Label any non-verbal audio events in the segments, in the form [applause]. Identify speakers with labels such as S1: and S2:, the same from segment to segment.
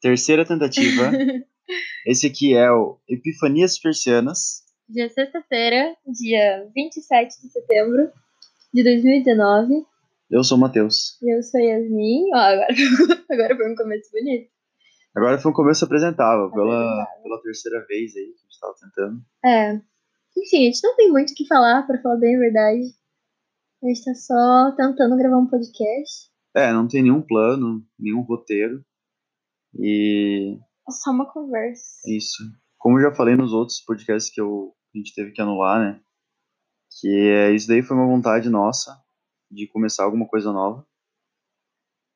S1: Terceira tentativa. Esse aqui é o Epifanias Persianas.
S2: Dia sexta-feira, dia 27 de setembro de 2019.
S1: Eu sou o Matheus.
S2: E eu sou a Yasmin. Ó, agora, [laughs] agora foi um começo bonito.
S1: Agora foi um começo apresentável, pela, pela terceira vez aí que a gente estava tentando.
S2: É. Enfim, a gente não tem muito o que falar, pra falar bem a verdade. A gente tá só tentando gravar um podcast.
S1: É, não tem nenhum plano, nenhum roteiro. E
S2: É só uma conversa.
S1: Isso. Como eu já falei nos outros podcasts que eu, que a gente teve que anular, né? Que é, isso daí foi uma vontade nossa de começar alguma coisa nova.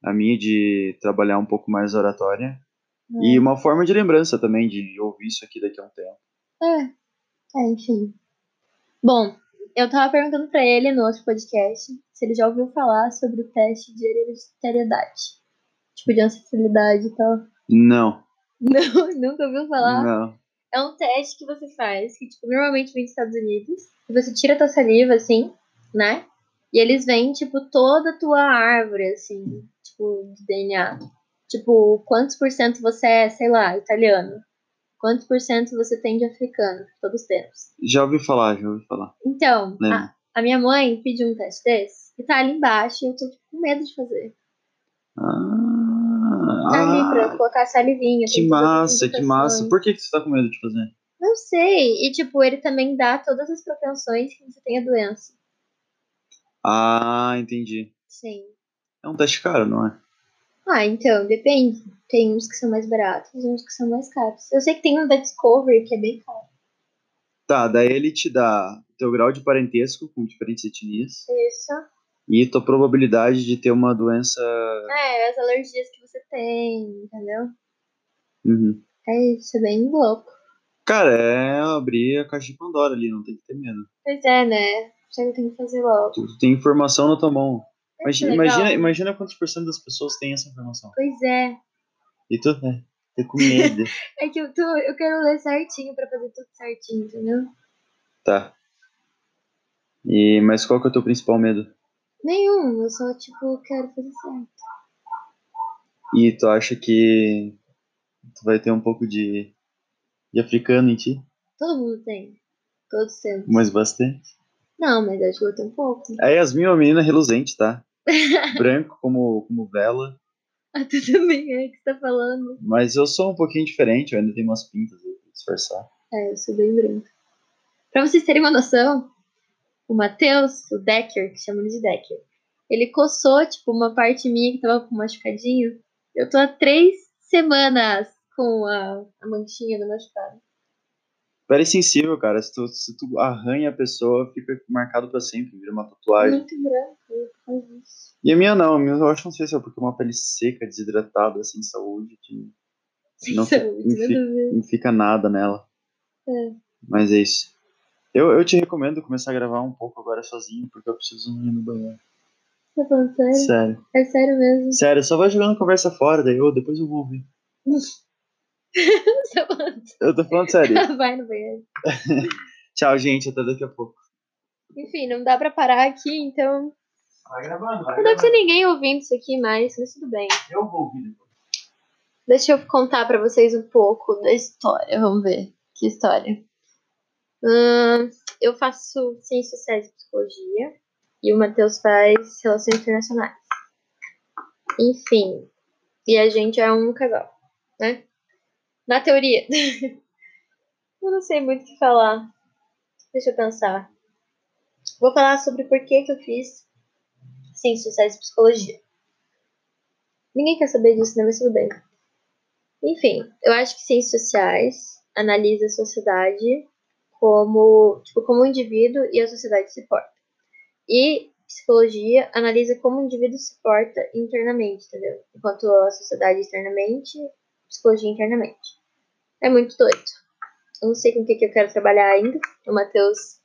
S1: A minha de trabalhar um pouco mais a oratória. E uma forma de lembrança também, de ouvir isso aqui daqui a um tempo.
S2: É. É, enfim. Bom, eu tava perguntando pra ele no outro podcast se ele já ouviu falar sobre o teste de hereditariedade. Tipo, de ancestralidade e tal. [laughs]
S1: Não,
S2: Não, nunca ouviu falar?
S1: não.
S2: É um teste que você faz, que tipo, normalmente vem dos Estados Unidos. E você tira a tua saliva, assim, né? E eles vêm, tipo, toda a tua árvore, assim, tipo, de DNA. Tipo, quantos por cento você é, sei lá, italiano? Quantos por cento você tem de africano, todos os tempos.
S1: Já ouvi falar, já ouvi falar.
S2: Então,
S1: Lembro.
S2: a, a minha mãe pediu um teste desse, e tá ali embaixo, e eu tô tipo, com medo de fazer.
S1: Ah,
S2: Tá ali pra
S1: ah,
S2: eu colocar a salivinha.
S1: que
S2: tem todas as
S1: massa, que massa.
S2: indicações.
S1: Por que, que você tá com medo de fazer?
S2: Não sei. E, tipo, ele também dá todas as propensões que você tem a doença.
S1: Ah, entendi.
S2: Sim.
S1: É um teste caro, não é?
S2: Ah, então, depende. Tem uns que são mais baratos, uns que são mais caros. Eu sei que tem um da Discovery que é bem caro.
S1: Tá, daí ele te dá teu grau de parentesco com diferentes etnias
S2: Isso.
S1: e tua probabilidade de ter uma doença.
S2: É, as alergias que você tem, entendeu?
S1: Uhum.
S2: É isso, é bem louco.
S1: Cara, é abrir a caixa de Pandora ali, não tem que ter medo.
S2: Pois é, né? Isso eu tenho que fazer logo.
S1: Tu, tu tem informação na tua mão.
S2: Olha que
S1: Imagina,
S2: legal.
S1: imagina, imagina quantos por cento das pessoas têm essa informação.
S2: Pois é.
S1: E tu, é, tô com medo.
S2: [laughs] É que eu, tô, eu quero ler certinho pra fazer tudo certinho, entendeu?
S1: tá. E, mas qual que é o teu principal medo?
S2: Nenhum, eu só, tipo, quero fazer certo.
S1: E tu acha que tu vai ter um pouco de, de africano em ti?
S2: Todo mundo tem. Todos temos.
S1: Mas bastante.
S2: Não, mas acho que eu tenho um pouco. [laughs]
S1: A Yasmin é uma menina reluzente, tá? Branco como, como vela.
S2: Ah, tu também é que você tá falando.
S1: Mas eu sou um pouquinho diferente, eu ainda tenho umas pintas aí pra disfarçar.
S2: É, eu sou bem branca. Pra vocês terem uma noção, o Matheus, o Decker, que chamam ele de Decker, ele coçou, tipo, uma parte minha que tava com machucadinho. Eu tô há três semanas com a, a manchinha do machucado.
S1: Pele sensível, cara. Se tu, se tu arranha a pessoa, fica marcado pra sempre, vira uma tatuagem.
S2: Muito branco. por causa disso.
S1: E a minha não, a minha eu acho que não sei se é porque é uma pele seca, desidratada, sem saúde, que
S2: Sem
S1: Não,
S2: saúde,
S1: enfim.
S2: nada a ver.
S1: não fica nada nela.
S2: É.
S1: Mas é isso. Eu, eu te recomendo começar a gravar um pouco agora sozinho, porque eu preciso ir no banheiro.
S2: Tá falando sério?
S1: Sério.
S2: É sério mesmo. [laughs]
S1: Sério, só vai jogando conversa fora, daí eu depois eu vou ouvir.
S2: Tá falando
S1: Eu tô falando sério.
S2: sério? Vai no banheiro.
S1: Tchau, gente. Até daqui a pouco.
S2: Enfim, não dá pra parar aqui, então.
S1: Vai gravando, vai
S2: Não deve ter ninguém ouvindo isso aqui mais, mas tudo bem.
S1: Eu vou ouvir.
S2: Deixa eu contar pra vocês um pouco da história. Vamos ver. Que história? Ahn, eu faço ciência sociais e psicologia. E o Matheus faz relações internacionais. Enfim. E a gente é um casal, né? Na teoria. [laughs] eu não sei muito o que falar. Deixa eu pensar. Vou falar sobre por que, que eu fiz ciência sociais e psicologia. Ninguém quer saber disso, né? Mas tudo bem. Enfim, eu acho que ciências sociais analisa a sociedade como, tipo, como o indivíduo e a sociedade se porta. E psicologia analisa como o indivíduo se porta internamente, entendeu? Enquanto a sociedade externamente, psicologia internamente. É muito doido. Eu não sei com o que, que eu quero trabalhar ainda. O Matheus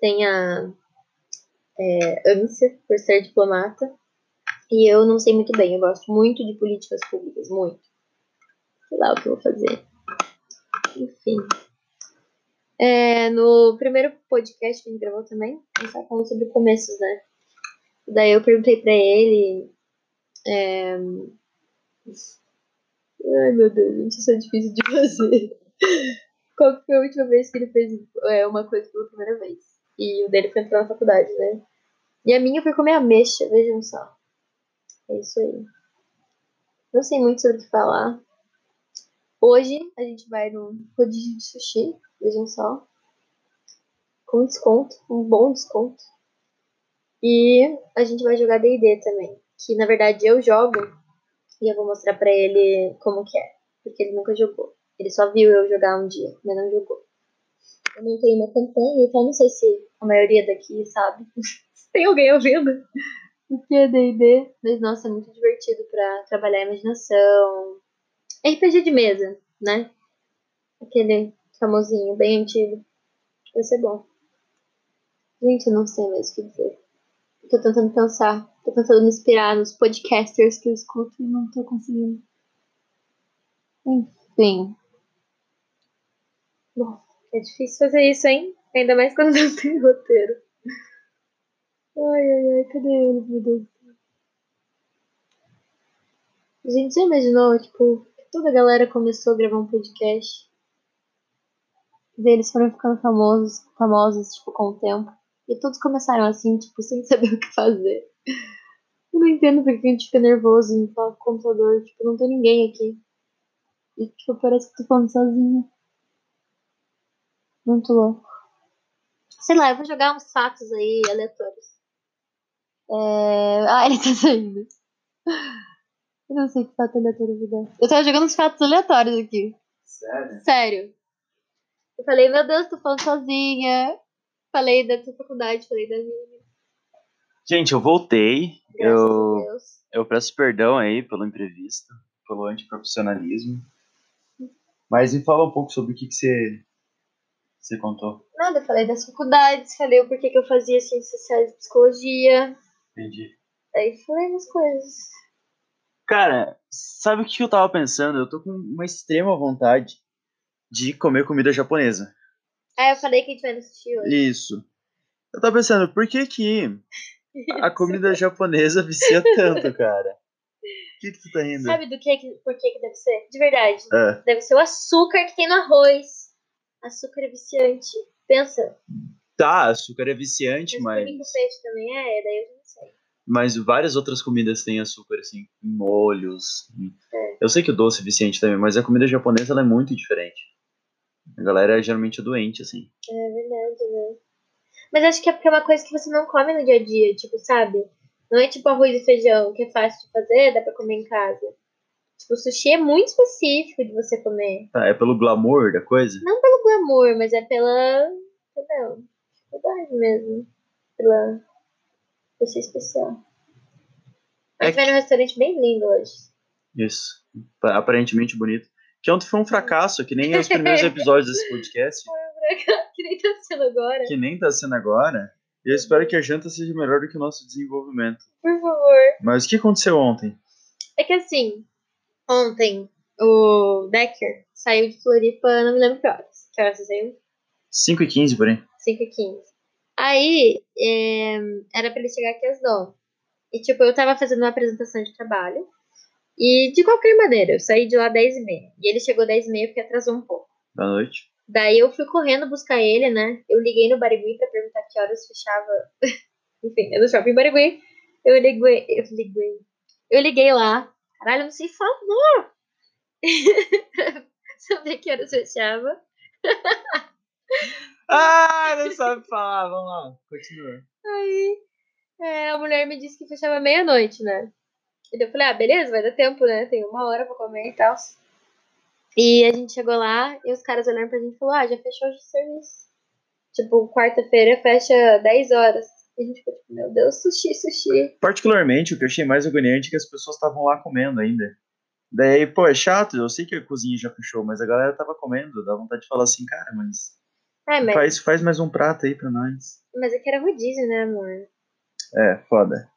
S2: tem a é, ânsia por ser diplomata. E eu não sei muito bem. Eu gosto muito de políticas públicas, muito sei lá o que eu vou fazer. Enfim. É, no primeiro podcast que a gente gravou também, a gente tava falando sobre começos, né? Daí eu perguntei pra ele. é, Ai, meu Deus, gente, isso é difícil de [laughs] fazer. Qual que foi a última vez que ele fez é, uma coisa pela primeira vez? E o dele foi entrar na faculdade, né? E a minha foi comer ameixa, vejam só. É isso aí. Não sei muito sobre o que falar. Hoje a gente vai num rodízio de sushi, vejam só. Com desconto, um bom desconto. E a gente vai jogar DD também. Que na verdade eu jogo e eu vou mostrar pra ele como que é. Porque ele nunca jogou. Ele só viu eu jogar um dia, mas não jogou. Eu não tenho uma campanha, então não sei se a maioria daqui sabe. [laughs] se tem alguém ouvindo [laughs] o que é D&D, mas nossa, é muito divertido para trabalhar a imaginação. RPG de mesa, né? Aquele famosinho, bem antigo. Vai ser bom. Gente, eu não sei mais o que dizer. Eu tô tentando pensar, tô tentando me inspirar nos podcasters que eu escuto e não tô conseguindo. Enfim. Bom, é difícil fazer isso, hein? Ainda mais quando não tem [laughs] roteiro. Ai, ai, ai, cadê ele, meu Deus? Gente, já imaginou, tipo, que toda a galera começou a gravar um podcast? Daí eles foram ficando famosos, famosos, tipo, com o tempo. E todos começaram assim, tipo, [laughs] sem saber o que fazer. Eu não entendo porque a gente fica nervoso em falar com o computador. Tipo, não tem ninguém aqui. E, tipo, parece que tô falando sozinha. Muito louco. Sei lá, eu vou jogar uns fatos aí aleatórios. É... [laughs] Ah, ele tá saindo. Eu não sei que fato aleatório eu vou dar. Eu tava jogando uns fatos aleatórios aqui.
S1: Sério?
S2: Sério. Eu falei, meu Deus, tô falando sozinha. Falei da tua faculdade, falei da minha.
S1: Gente, eu voltei.
S2: Graças
S1: Eu-
S2: a Deus.
S1: Eu peço perdão aí pelo imprevisto, pelo antiprofissionalismo. Mas me fala um pouco sobre o que, que você, você contou.
S2: Nada, eu falei das faculdades, falei o porquê que eu fazia ciências sociais e psicologia.
S1: Entendi.
S2: Aí falei umas coisas.
S1: Cara, sabe o que eu tava pensando? Eu tô com uma extrema vontade de comer comida japonesa.
S2: Aí eu falei que a gente vai no sushi hoje.
S1: Isso. Eu tava pensando, por que que
S2: [laughs]
S1: a comida japonesa vicia tanto, cara? O que, que tu tá rindo?
S2: Sabe do que, que por que, que deve ser? De verdade.
S1: Ah,
S2: Deve ser o açúcar que tem no arroz. Açúcar é viciante. Pensa.
S1: tá, açúcar é viciante, mas,
S2: Mas por que que o peixe também é? Daí eu já não sei.
S1: mas várias outras comidas têm açúcar, assim, em molhos. em-
S2: É.
S1: Eu sei que o doce é viciante também, mas a comida japonesa ela é muito diferente. A galera geralmente é doente, assim.
S2: É verdade, né? Mas acho que é porque é uma coisa que você não come no dia a dia, tipo, sabe? Não é tipo arroz e feijão, que é fácil de fazer, dá pra comer em casa. Tipo, o sushi é muito específico de você comer.
S1: Tá, é pelo glamour da coisa?
S2: Não pelo glamour, mas é pela. Entendeu? Dificuldade mesmo. Pela. Por ser especial. A
S1: É
S2: gente vai num restaurante bem lindo hoje. [laughs]
S1: Isso. Pa- Aparentemente bonito. Que ontem foi um fracasso, que nem os
S2: [laughs]
S1: primeiros episódios desse podcast,
S2: que nem tá sendo agora.
S1: que nem tá sendo agora. E eu espero que a janta seja melhor do que o nosso desenvolvimento.
S2: Por favor.
S1: Mas o que aconteceu ontem?
S2: É que assim, ontem o Decker saiu de Floripa, não me lembro que horas. Que horas você saiu?
S1: 5 e 15 porém.
S2: 5 e 15. Aí, eh, era pra ele chegar aqui às 9. E tipo, eu tava fazendo uma apresentação de trabalho. E de qualquer maneira, eu saí de lá 10 e meia. E ele chegou 10 e meia porque atrasou um pouco.
S1: Da noite.
S2: Daí eu fui correndo buscar ele, né? Eu liguei no Barigui pra perguntar que horas fechava. [laughs] Enfim, eu no shopping Barigui. Eu liguei. Eu liguei. Eu liguei lá. Caralho, eu não sei falar. [laughs] Saber que horas fechava.
S1: Ah, não sabe falar. Vamos lá, continua.
S2: Aí é, a mulher me disse que fechava meia-noite, né? E daí eu falei, ah, beleza, vai dar tempo, né? Tem uma hora pra comer e tal. E a gente chegou lá e os caras olharam pra gente e falaram, ah, já fechou hoje o serviço. Tipo, quarta-feira fecha 10 horas. E a gente ficou tipo, meu Deus, sushi, sushi.
S1: Particularmente, o que eu achei mais agoniante é que as pessoas estavam lá comendo ainda. Daí, pô, é chato, eu sei que a cozinha já fechou, mas a galera tava comendo, dá vontade de falar assim, cara, mas
S2: Ai, É, mas,
S1: faz, faz mais um prato aí pra nós.
S2: mas é que era rodízio, né, amor?
S1: É, foda.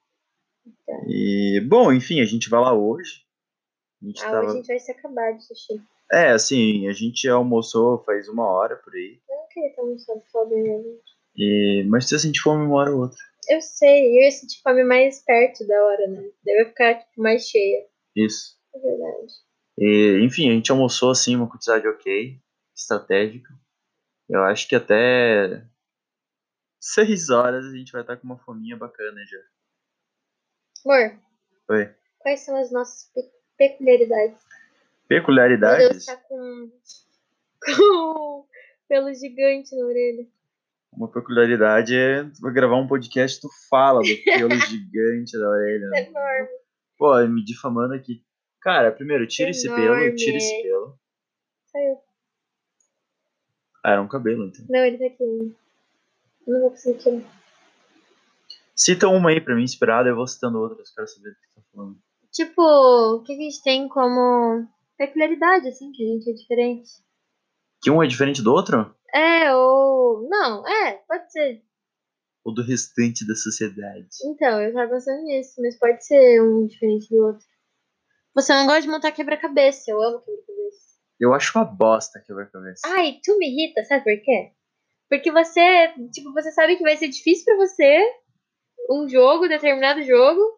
S2: Então.
S1: E, bom, enfim, a gente vai lá hoje. A gente
S2: Ah, hoje a
S1: tava...
S2: gente vai se acabar de sushi. Eu
S1: É, assim, a gente almoçou faz uma hora por aí.
S2: não queria estar almoçando fome mesmo.
S1: E... Mas se a gente for uma hora ou outra.
S2: né? Eu sei, eu ia sentir fome mais perto da hora, né? Deve ficar tipo, mais cheia,
S1: Isso.
S2: é verdade.
S1: E, enfim, a gente almoçou assim uma quantidade ok, estratégica. Eu acho que até seis horas a gente vai estar com uma fominha bacana já.
S2: Amor,
S1: Oi.
S2: quais são as nossas pe- peculiaridades? Meu Deus,
S1: Peculiaridades?
S2: tá com. [laughs] com pelo gigante na orelha.
S1: Uma peculiaridade é tu gravar um podcast, tu fala do pelo gigante da orelha. né?
S2: É enorme.
S1: Pô, me difamando aqui. Cara, primeiro, tira esse pelo, tira esse
S2: Enorme.
S1: pelo.
S2: Saiu.
S1: Ah, era um cabelo, então.
S2: Não, ele tá aqui. ainda. Eu Não vou conseguir tirar.
S1: Cita uma aí pra mim, inspirada, eu vou citando outras, quero saber do que tu tá falando.
S2: Tipo, o que a gente tem como peculiaridade, assim, que a gente é diferente?
S1: Que um é diferente do outro?
S2: É, ou. Não, é, pode ser.
S1: Ou do restante da sociedade?
S2: Então, eu tava pensando nisso, mas pode ser um diferente do outro. Você não gosta de montar quebra-cabeça, eu amo quebra-cabeça.
S1: Eu acho uma bosta quebra-cabeça.
S2: Ai, tu me irrita, sabe por quê? Porque você, tipo, você sabe que vai ser difícil pra você um jogo, determinado jogo.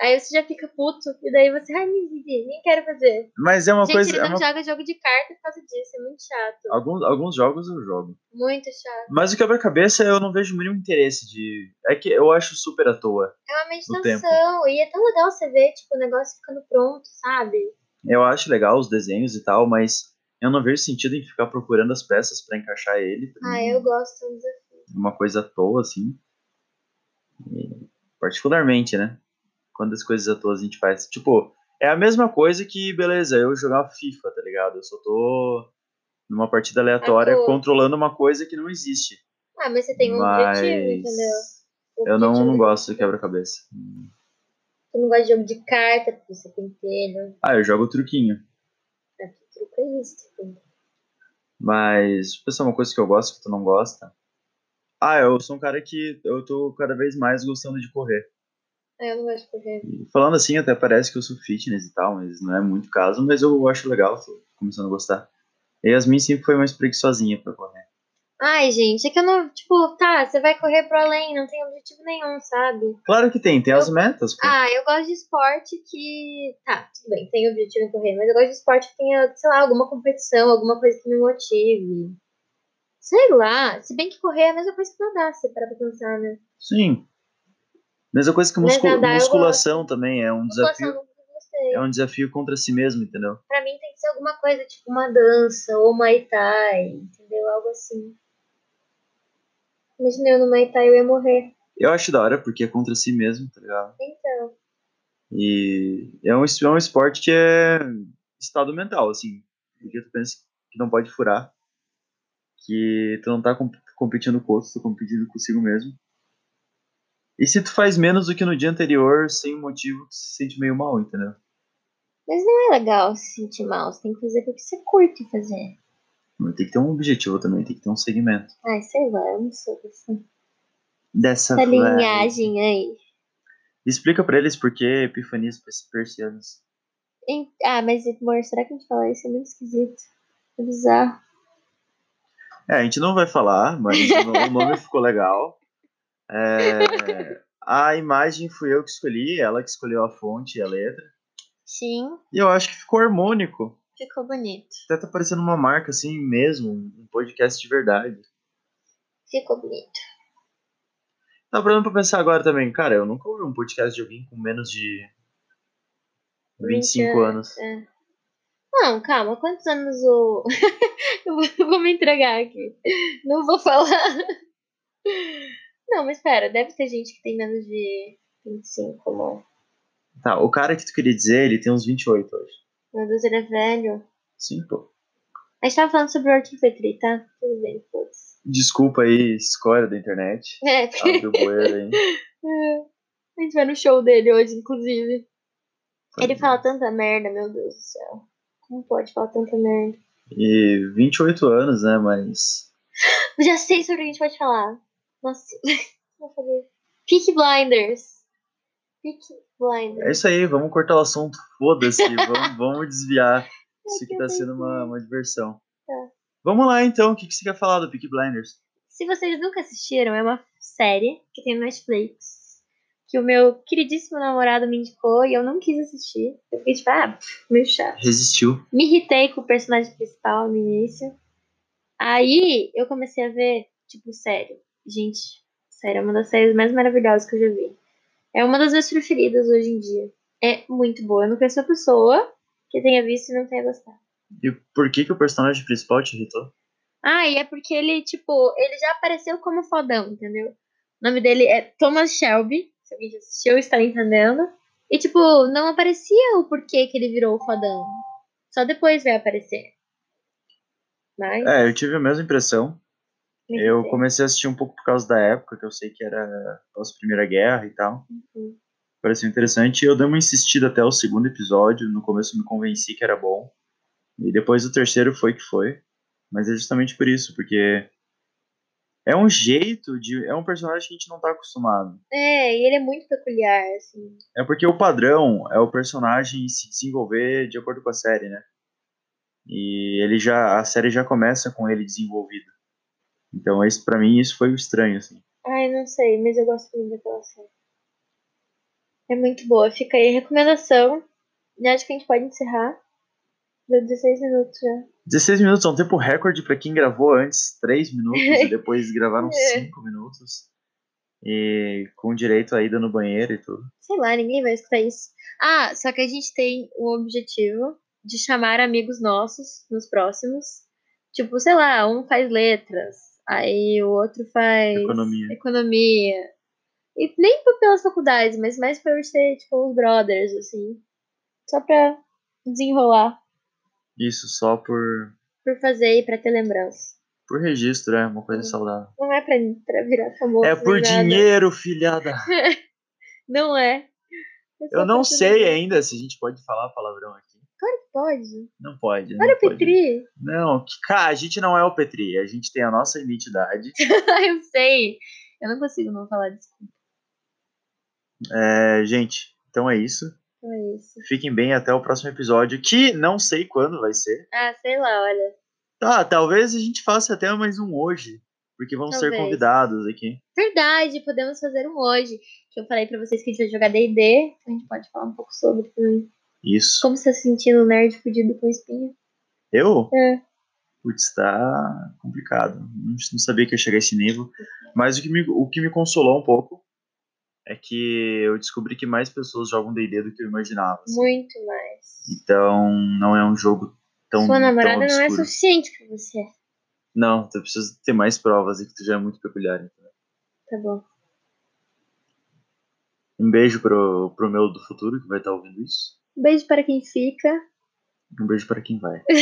S2: Aí você já fica puto, e daí você, ai, me irrita, nem quero fazer.
S1: Mas é uma
S2: Gente,
S1: coisa.
S2: ele
S1: é
S2: não
S1: uma-
S2: joga jogo de carta por causa disso, é muito chato.
S1: Alguns, alguns jogos eu jogo.
S2: Muito chato.
S1: Mas o quebra-cabeça eu não vejo o mínimo interesse de. É que eu acho super à toa.
S2: É uma
S1: No tempo.
S2: meditação, e é tão legal você ver, tipo, o negócio ficando pronto, sabe?
S1: Eu acho legal os desenhos e tal, mas eu não vejo sentido em ficar procurando as peças pra encaixar ele. Pra
S2: Ah,
S1: mim,
S2: eu gosto. de desafio.
S1: é Uma coisa à toa, assim. E, particularmente, né? Quando as coisas à toa a gente faz. Tipo, é a mesma coisa que, beleza, eu jogar FIFA, tá ligado? Eu só tô numa partida aleatória
S2: toa.
S1: controlando uma coisa que não existe.
S2: Ah, mas você É tem um
S1: mas
S2: objetivo, entendeu? O
S1: eu não,
S2: objetivo é
S1: não
S2: do-
S1: gosto de quebra-cabeça.
S2: Você não gosta de jogo de carta, porque você tem telho.
S1: Ah, eu jogo truquinho.
S2: Ah, que truco é isso? Tipo,
S1: Mas, pensa uma coisa que eu gosto que tu não gosta. Ah, eu sou um cara que eu tô cada vez mais gostando de correr.
S2: Ah, eu não gosto de correr.
S1: E falando assim, até parece que eu sou fitness e tal, mas não é muito caso, mas eu acho legal, tô começando a gostar. E Yasmin sempre foi mais preguiçosinha pra correr.
S2: Ai, gente, é que eu não. Tipo, tá, você vai correr pro além, não tem objetivo nenhum, sabe?
S1: Claro que tem, tem as metas, pô.
S2: Ah, eu gosto de esporte que. Tá, tudo bem, tem objetivo em correr, mas eu gosto de esporte que tenha, sei lá, alguma competição, alguma coisa que me motive. Sei lá, se bem que correr é a mesma coisa que nadar, se parar pra pensar, né? Sim.
S1: Sim. Mesma coisa é que
S2: Mas
S1: muscu-
S2: nadar eu
S1: musculação também, é um
S2: Musculação,
S1: desafio,
S2: não gostei.
S1: é um desafio contra si mesmo, entendeu?
S2: Pra mim tem que ser alguma coisa, tipo uma dança ou Muay Thai, entendeu? Algo assim. Imagina eu no Muay Thai, eu ia morrer.
S1: Eu acho da hora porque é contra si mesmo, tá ligado?
S2: Então,
S1: E é um, es- é um esporte que é estado mental, assim. Porque tu pensa que não pode furar, que tu não tá comp- competindo com outros, tu tá competindo consigo mesmo. E se tu faz menos do que no dia anterior, sem um motivo, tu se sente meio mal, entendeu?
S2: não é legal se sentir mal, você tem que fazer porque você curte fazer.
S1: Mas Tem que ter um objetivo também, tem que ter um segmento.
S2: Ai, sei lá, eu não sou assim.
S1: Dessa
S2: Essa
S1: vibe.
S2: linhagem aí.
S1: Explica pra eles por que epifanias pers- persianas.
S2: Em- Ah, mas amor, será que a gente fala isso? É muito esquisito. É bizarro.
S1: É, a gente não vai falar, mas o no- o nome ficou legal. É, a imagem fui eu que escolhi, ela que escolheu a fonte e a letra.
S2: Sim,
S1: E eu acho que ficou harmônico.
S2: ficou bonito.
S1: Até tá parecendo uma marca assim mesmo, um podcast de verdade.
S2: Ficou bonito.
S1: Tá parando pra pensar agora também, cara, eu nunca ouvi um podcast de alguém com menos de 25 anos.
S2: É. Não, calma, quantos anos o. [laughs] eu vou- eu vou me entregar aqui. Não vou falar. Não, mas pera, deve ter gente que tem menos de 25, amor.
S1: Tá, o cara que tu queria dizer, ele tem uns 28 hoje.
S2: Meu Deus, ele é velho.
S1: Sim, pô.
S2: A gente tava falando sobre o Arthur Petri, tá? Tudo bem, foda-se.
S1: Desculpa aí, escória da internet.
S2: É,
S1: Abre o bueiro aí.
S2: a gente vai no show dele hoje, inclusive. Ele fala tanta merda, meu Deus do céu. Como pode falar tanta merda?
S1: E 28 anos, né, mas...
S2: Eu já sei sobre o que a gente pode falar. Nossa, [laughs] vou fazer. Peak Blinders. Peak
S1: É
S2: Blinders.
S1: isso aí, vamos cortar o assunto,
S2: [laughs]
S1: foda-se, vamos, vamos desviar. Isso aqui
S2: É que
S1: tá
S2: eu
S1: sendo uma,
S2: pensei.
S1: uma diversão.
S2: Tá.
S1: Vamos lá então, o que, que você quer falar do Peak Blinders?
S2: Se vocês nunca assistiram, é uma série que tem no Netflix. que o meu queridíssimo namorado me indicou e eu não quis assistir. Eu fiquei tipo, ah, pff, meio chato.
S1: Resistiu.
S2: Me irritei com o personagem principal no início. Aí eu comecei a ver, tipo, sério. Gente, sério, é uma das séries mais maravilhosas que eu já vi. É uma das minhas preferidas hoje em dia. É muito boa. Eu não conheço a pessoa que tenha visto e não tenha gostado.
S1: E por que, que o personagem principal te irritou?
S2: Ah, e é porque ele, tipo, ele já apareceu como fodão, entendeu? O nome dele é Thomas Shelby. Se alguém já assistiu, está entendendo. E, tipo, não aparecia o porquê que ele virou o fodão. Só depois vai aparecer. Mas.
S1: É, eu tive a mesma impressão.
S2: nem
S1: Eu
S2: sei.
S1: comecei a assistir um pouco por causa da época, que eu sei que era pós-Primeira Guerra e tal.
S2: Uhum.
S1: Pareceu interessante. Eu dei uma insistida até o segundo episódio. No começo eu me convenci que era bom. E depois o terceiro foi que foi. Mas é justamente por isso, porque é um jeito de. É um personagem que a gente não tá acostumado.
S2: É, e ele é muito peculiar, assim.
S1: É porque o padrão é o personagem se desenvolver de acordo com a série, né? E ele já a série já começa com ele desenvolvido. Então, isso para mim isso foi estranho assim.
S2: Ai, não sei, mas eu gosto muito daquela série. É muito boa. Fica aí a recomendação. Já acho que a gente pode encerrar. Deu 16 minutos já.
S1: 16 minutos é um tempo recorde para quem gravou antes 3 minutos
S2: [laughs]
S1: e depois gravaram
S2: É.
S1: 5 minutos. E com direito à ida no banheiro e tudo.
S2: Sei lá, ninguém vai escutar isso. Ah, só que a gente tem o objetivo de chamar amigos nossos nos próximos. Tipo, sei lá, um faz letras, aí o outro faz
S1: Economia.
S2: economia. E nem p- pelas faculdades, mas mais pra ser, tipo, os brothers, assim. Só pra desenrolar,
S1: Isso só por
S2: por fazer e pra ter lembrança.
S1: por registro, é uma coisa
S2: Uhum.
S1: saudável.
S2: Não é pra, pra virar famoso.
S1: É
S2: nem
S1: por
S2: nada.
S1: dinheiro, filhada.
S2: Não é. É só
S1: Eu não
S2: pra
S1: sei
S2: fazer.
S1: ainda se a gente pode falar palavrão aqui.
S2: Claro que pode.
S1: Não pode.
S2: Olha
S1: não
S2: o
S1: pode.
S2: Petri.
S1: Não, que- cara, a gente não é o Petri, a gente tem a nossa identidade.
S2: [laughs] eu sei. Eu não consigo não falar disso.
S1: É, gente, então é isso.
S2: Então é isso.
S1: Fiquem bem até o próximo episódio, que não sei quando vai ser.
S2: Ah, sei lá, olha.
S1: Tá, talvez a gente faça até mais um hoje, porque vão ser
S2: Talvez.
S1: convidados aqui.
S2: Verdade, podemos fazer um hoje. Que eu falei pra vocês que a gente vai jogar DD. A gente pode falar um pouco sobre também.
S1: Isso.
S2: Como você tá se sentindo um nerd fudido com espinha?
S1: Eu?
S2: É.
S1: Putz, tá complicado. Não, não sabia que ia chegar a esse nível. Mas o que, me, o que me consolou um pouco é que eu descobri que mais pessoas jogam DD do que eu imaginava. assim.
S2: Muito mais.
S1: Então, não é um jogo tão.
S2: Sua
S1: tão
S2: namorada não é
S1: obscuro.
S2: suficiente pra você.
S1: Não, tu precisa ter mais provas e que tu já é muito peculiar. entendeu?
S2: Tá bom.
S1: Um beijo pro, pro meu do futuro que vai estar ouvindo isso.
S2: Beijo para quem fica.
S1: Um beijo pra quem vai.
S2: [laughs]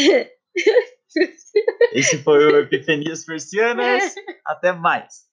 S1: Esse foi o Epifanias Persianas. Até mais.